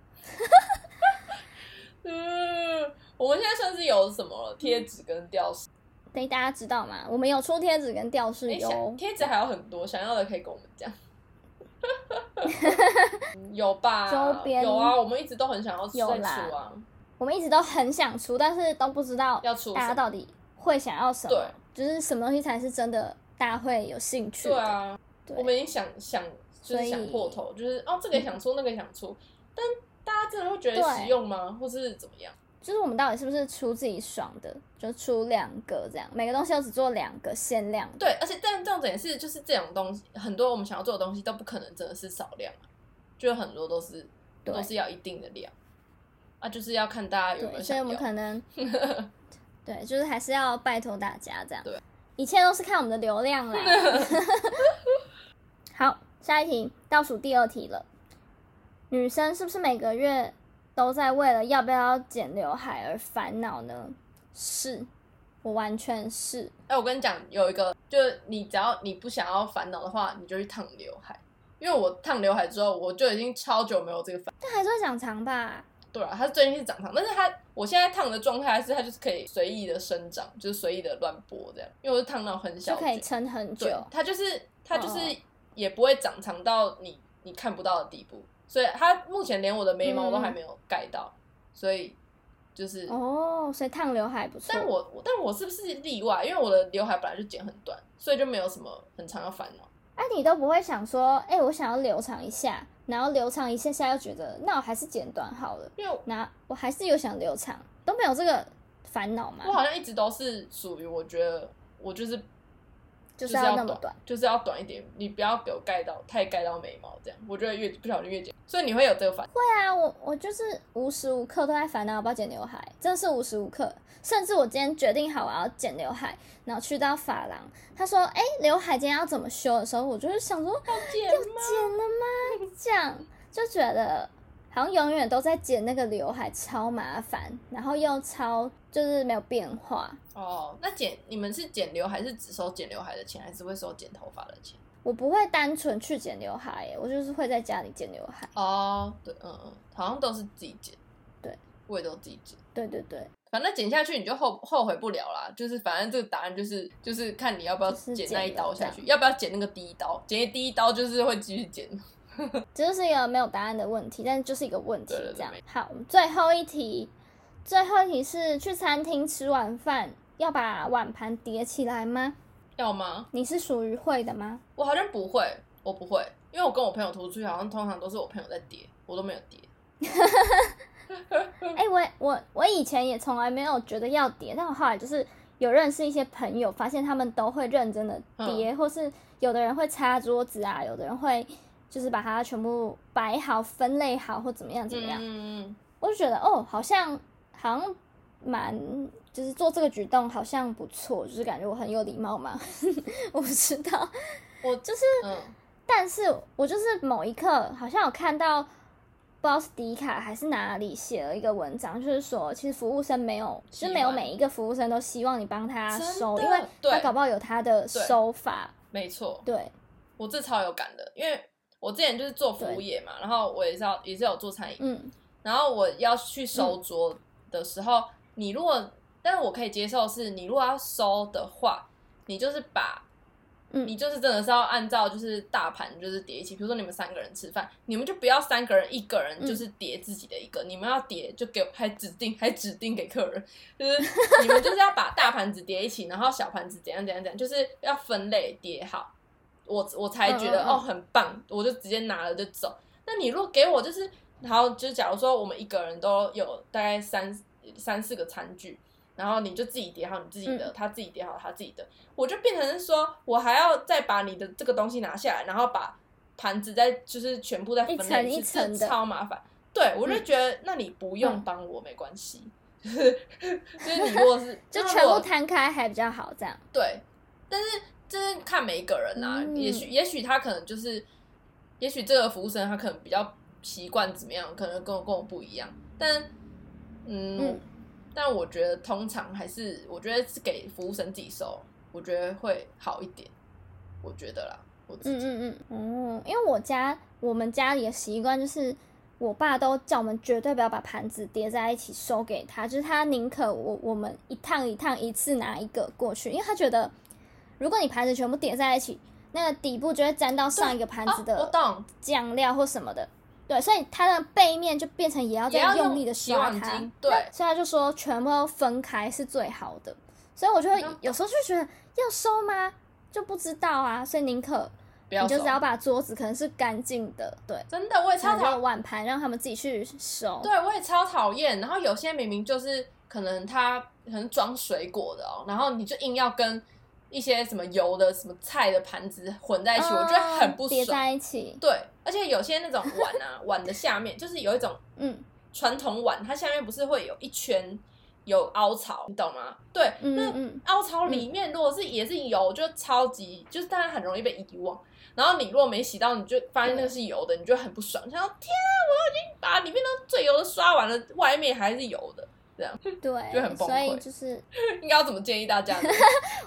S2: 嗯，我们现在算是有什么了贴纸跟吊饰？
S1: 对，大家知道吗？我们有出贴纸跟吊饰
S2: 哎、想
S1: 哟。
S2: 贴纸还有很多，想要的可以跟我们 讲。嗯有吧？
S1: 周边
S2: 有啊，我们一直都很想要再
S1: 有啦
S2: 出啊，
S1: 我们一直都很想出，但是都不知道
S2: 要出
S1: 大
S2: 什
S1: 家
S2: 么
S1: 到底会想要什么
S2: 对，
S1: 就是什么东西才是真的大家会有兴趣
S2: 对
S1: 的。
S2: 啊，
S1: 对
S2: 我们已经想想就
S1: 所
S2: 是
S1: 以
S2: 想破头，就是哦这个也想出，那个也想出，但大家真的会觉得
S1: 对
S2: 实用吗？或是怎么样？
S1: 就是我们到底是不是出自己爽的，就出两个这样，每个东西都只做两个限量的。
S2: 对，而且但这样子也是，就是这种东西，很多我们想要做的东西都不可能真的是少量啊，就很多都是
S1: 对
S2: 都是要一定的量啊，就是要看大家有没有
S1: 对，所
S2: 想
S1: 以
S2: 要。
S1: 我们可 能对，就是还是要拜托大家这样。
S2: 对，
S1: 一切都是看我们的流量 啦。好，下一题，倒数第二题了。女生是不是每个月都在为了要不要剪刘海而烦恼呢？是，我完全是。
S2: 哎、我跟你讲，有一个，就是你只要你不想要烦恼的话，你就去烫刘海，因为我烫刘海之后，我就已经超久没有这个烦。
S1: 但还是会长长吧？
S2: 对啊，它最近是长长，但是它我现在烫的状态是它就是可以随意的生长，就是随意的乱拨这样，因为我是烫到很
S1: 就
S2: 小
S1: 可以
S2: 卷
S1: 撑很久
S2: 对，，它就是它就是
S1: 哦
S2: 也不会长长到你你看不到的地步，所以它目前连我的眉毛都还没有盖到，所以就是，
S1: 嗯哦，所以烫刘海不错。
S2: 但我我但我是不是例外？因为我的刘海本来就剪很短，所以就没有什么很常要烦恼。
S1: 哎、你都不会想说，哎、我想要留长一下，然后留长一下下又觉得，那我还是剪短好了，
S2: 因为
S1: 那我还是有想留长，都没有这个烦恼嘛
S2: 我，好像一直都是属于我觉得我就是
S1: 就是
S2: 是
S1: 要
S2: 要
S1: 那么短。，
S2: 就是要短一点，你不要给我盖到太盖到眉毛这样，我就会越不小心越剪，所以你会有这个反应。
S1: 对啊，我我就是无时无刻都在烦恼要不要剪刘海，真的是无时无刻。甚至我今天决定好我要剪刘海，然后去到发廊，他说，哎、刘海今天要怎么修的时候，我就是想说，
S2: 要剪吗？
S1: 剪了吗？这样就觉得好像永远都在剪那个刘海，超麻烦，然后又超就是没有变化。
S2: 哦，那剪你们是剪刘海是只收剪刘海的钱，还是会收剪头发的钱？
S1: 我不会单纯去剪刘海耶，我就是会在家里剪刘海。
S2: 哦，对，嗯嗯，好像都是自己剪，
S1: 对，
S2: 我也都自己剪。
S1: 对对对，
S2: 反正剪下去你就后后悔不了啦，就是反正这个答案就是就是看你要不要
S1: 就是
S2: 剪
S1: 剪
S2: 那一
S1: 了
S2: 刀
S1: 这
S2: 下
S1: 样
S2: 去，要不要剪那个第一刀，剪第一刀就是会继续剪。
S1: 这就是一个没有答案的问题，但就是一个问题
S2: 对对对
S1: 这样
S2: 没。
S1: 好，我们最后一题，最后一题是去餐厅吃晚饭要把碗盘叠起来吗？
S2: 要吗？
S1: 你是属于会的吗？
S2: 我好像不会，我不会，因为我跟我朋友出去，好像通常都是我朋友在叠，我都没有叠。嗯
S1: 哎、我我我以前也从来没有觉得要叠，但我后来就是有认识一些朋友，
S2: 嗯
S1: 发现他们都会认真的叠，或是有的人会擦桌子啊，有的人会就是把它全部摆好、分类好或怎么样怎么样。
S2: 嗯嗯
S1: 我就觉得哦，好像好像蛮就是做这个举动好像不错，就是感觉我很有礼貌嘛， 我不知道。
S2: 我
S1: 就是，
S2: 嗯
S1: 但是我就是某一刻好像有看到，不知道是迪卡还是哪里写了一个文章，就是说其实服务生没有，就是没有每一个服务生都希望你帮他
S2: 真的
S1: 收，因为他
S2: 对
S1: 搞不好有他的收法。
S2: 没错，
S1: 对，
S2: 我这超有感的，因为我之前就是做服务业嘛，然后我也是要也是有做餐饮，
S1: 嗯，
S2: 然后我要去收桌的时候，你如果，但是我可以接受是，你如果要收的话，你就是把，
S1: 嗯
S2: 你就是真的是要按照就是大盘就是叠一起，比如说你们三个人吃饭，你们就不要三个人一个人
S1: 嗯
S2: 就是叠自己的一个，你们要叠就给我还指定还指定给客人，就是你们就是要把大盘子叠一起，然后小盘子怎样怎样怎样，就是要分类叠好，我我才觉
S1: 嗯
S2: 得
S1: 嗯嗯
S2: 哦很棒，我就直接拿了就走。那你如果给我就是，然后就假如说我们一个人都有大概三三四个餐具，然后你就自己叠好你自己
S1: 嗯
S2: 的，他自己叠好他自己的，我就变成是说我还要再把你的这个东西拿下来，然后把盘子再就是全部再分
S1: 一层
S2: 类
S1: 一
S2: 次，
S1: 层的
S2: 这超麻烦。对，我就觉得那你不用
S1: 嗯
S2: 帮我没关系， 就是你如果是
S1: 就
S2: 那如
S1: 全部
S2: 果
S1: 摊开还比较好，这样。
S2: 对，但是就是看每一个人啦、
S1: 嗯
S2: 也许也许他可能就是，也许这个服务生他可能比较习惯怎么样，可能跟我跟我不一样，但嗯，
S1: 嗯
S2: 但我觉得通常还是我觉得是给服务生自己收，我觉得会好一点，我觉得啦，我自
S1: 嗯
S2: 己，
S1: 嗯嗯，哦，因为我家我们家里的习惯就是，我爸都叫我们绝对不要把盘子叠在一起收给他，就是他宁可我我们一趟一趟一次拿一个过去，因为他觉得如果你盘子全部叠在一起，那个底部就会沾到上一个盘
S2: 啊
S1: 子
S2: 我
S1: 的
S2: 懂，
S1: 酱料或什么的。对，所以它的背面就变成也要再
S2: 也要
S1: 用力的
S2: 洗
S1: 刷
S2: 碗
S1: 它
S2: 巾，，对，
S1: 所以他就说全部都分开是最好的。所以我就会
S2: 那懂
S1: 有时候就觉得要收吗？就不知道啊，所以宁可
S2: 不要
S1: 你就
S2: 收
S1: 只，要把桌子可能是干净的，对，
S2: 真的我也超
S1: 然
S2: 讨
S1: 后碗盘让他们自己去收。
S2: 对，我也超讨厌。然后有些明明就是可能他可能装水果的哦，然后你就硬要跟一些什么油的、什么菜的盘子混在一起，我觉得很不
S1: 嗯叠
S2: 爽。
S1: 在一起，
S2: 对，而且有些那种碗啊， 碗的下面就是有一种
S1: 嗯，
S2: 传统碗，它下面不是会有一圈有凹槽，你懂吗？对，
S1: 嗯
S2: 那
S1: 嗯
S2: 凹槽里面如果是也是油，就超级就是当然很容易被遗忘。然后你如果没洗到，你就发现那个是油的，你就很不爽，想说天啊，我已经把里面都最油的刷完了，外面还是油 的，就很
S1: 对，
S2: 崩
S1: 所以
S2: 溃
S1: 就是
S2: 应该要怎么建议大 家呢？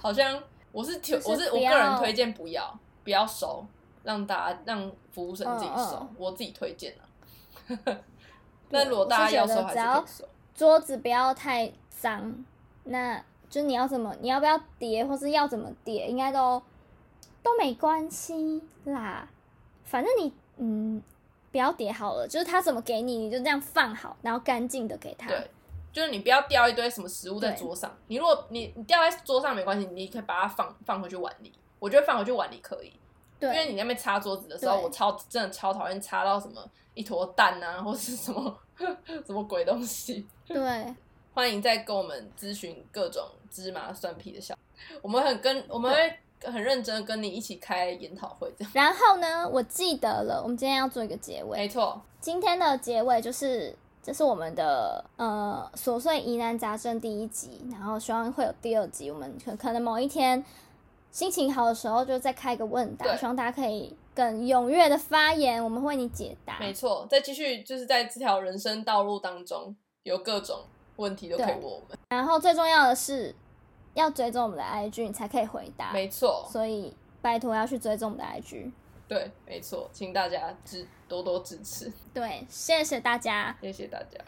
S2: 好像我是挺
S1: 就是
S2: 我是
S1: 不
S2: 我
S1: 要
S2: 个人推荐不要不要收，让大家让服务生自己收，
S1: 嗯嗯
S2: 我自己推荐啊。
S1: 对
S2: 那如果大家要收还是可
S1: 我
S2: 以收，
S1: 桌子不要太脏，那就你要怎么，你要不要叠，或是要怎么叠，应该都都没关系啦。反正你嗯，不要叠好了，就是他怎么给你，你就这样放好，然后干净的给他。
S2: 对就是你不要掉一堆什么食物在
S1: 对
S2: 桌上。你如果你你掉在桌上没关系，你可以把它放放回去碗里。我觉得放回去碗里可以，因
S1: 对
S2: 为你在那边擦桌子的时候，
S1: 对
S2: 我超真的超讨厌擦到什么一坨蛋啊，或是什么 什么鬼东西。
S1: 对，
S2: 欢迎再跟我们咨询各种芝麻蒜皮的小，我们很跟我们会很认真地跟你一起开研讨会这样。
S1: 然后呢，我记得了，我们今天要做一个结尾。
S2: 没错，
S1: 今天的结尾就是，这是我们的呃琐碎疑难杂症第一集，然后希望会有第二集。我们可可能某一天心情好的时候，就再开一个问答，
S2: 对
S1: 希望大家可以更踊跃的发言，我们为你解答。
S2: 没错，再继续就是在这条人生道路当中，有各种问题都可以
S1: 对
S2: 问我们。
S1: 然后最重要的是，要追踪我们的 IG，你才可以回答。
S2: 没错，
S1: 所以拜托要去追踪我们的 IG。
S2: 对，没错，请大家支多多支持，
S1: 对，谢谢大家。
S2: 谢谢大家。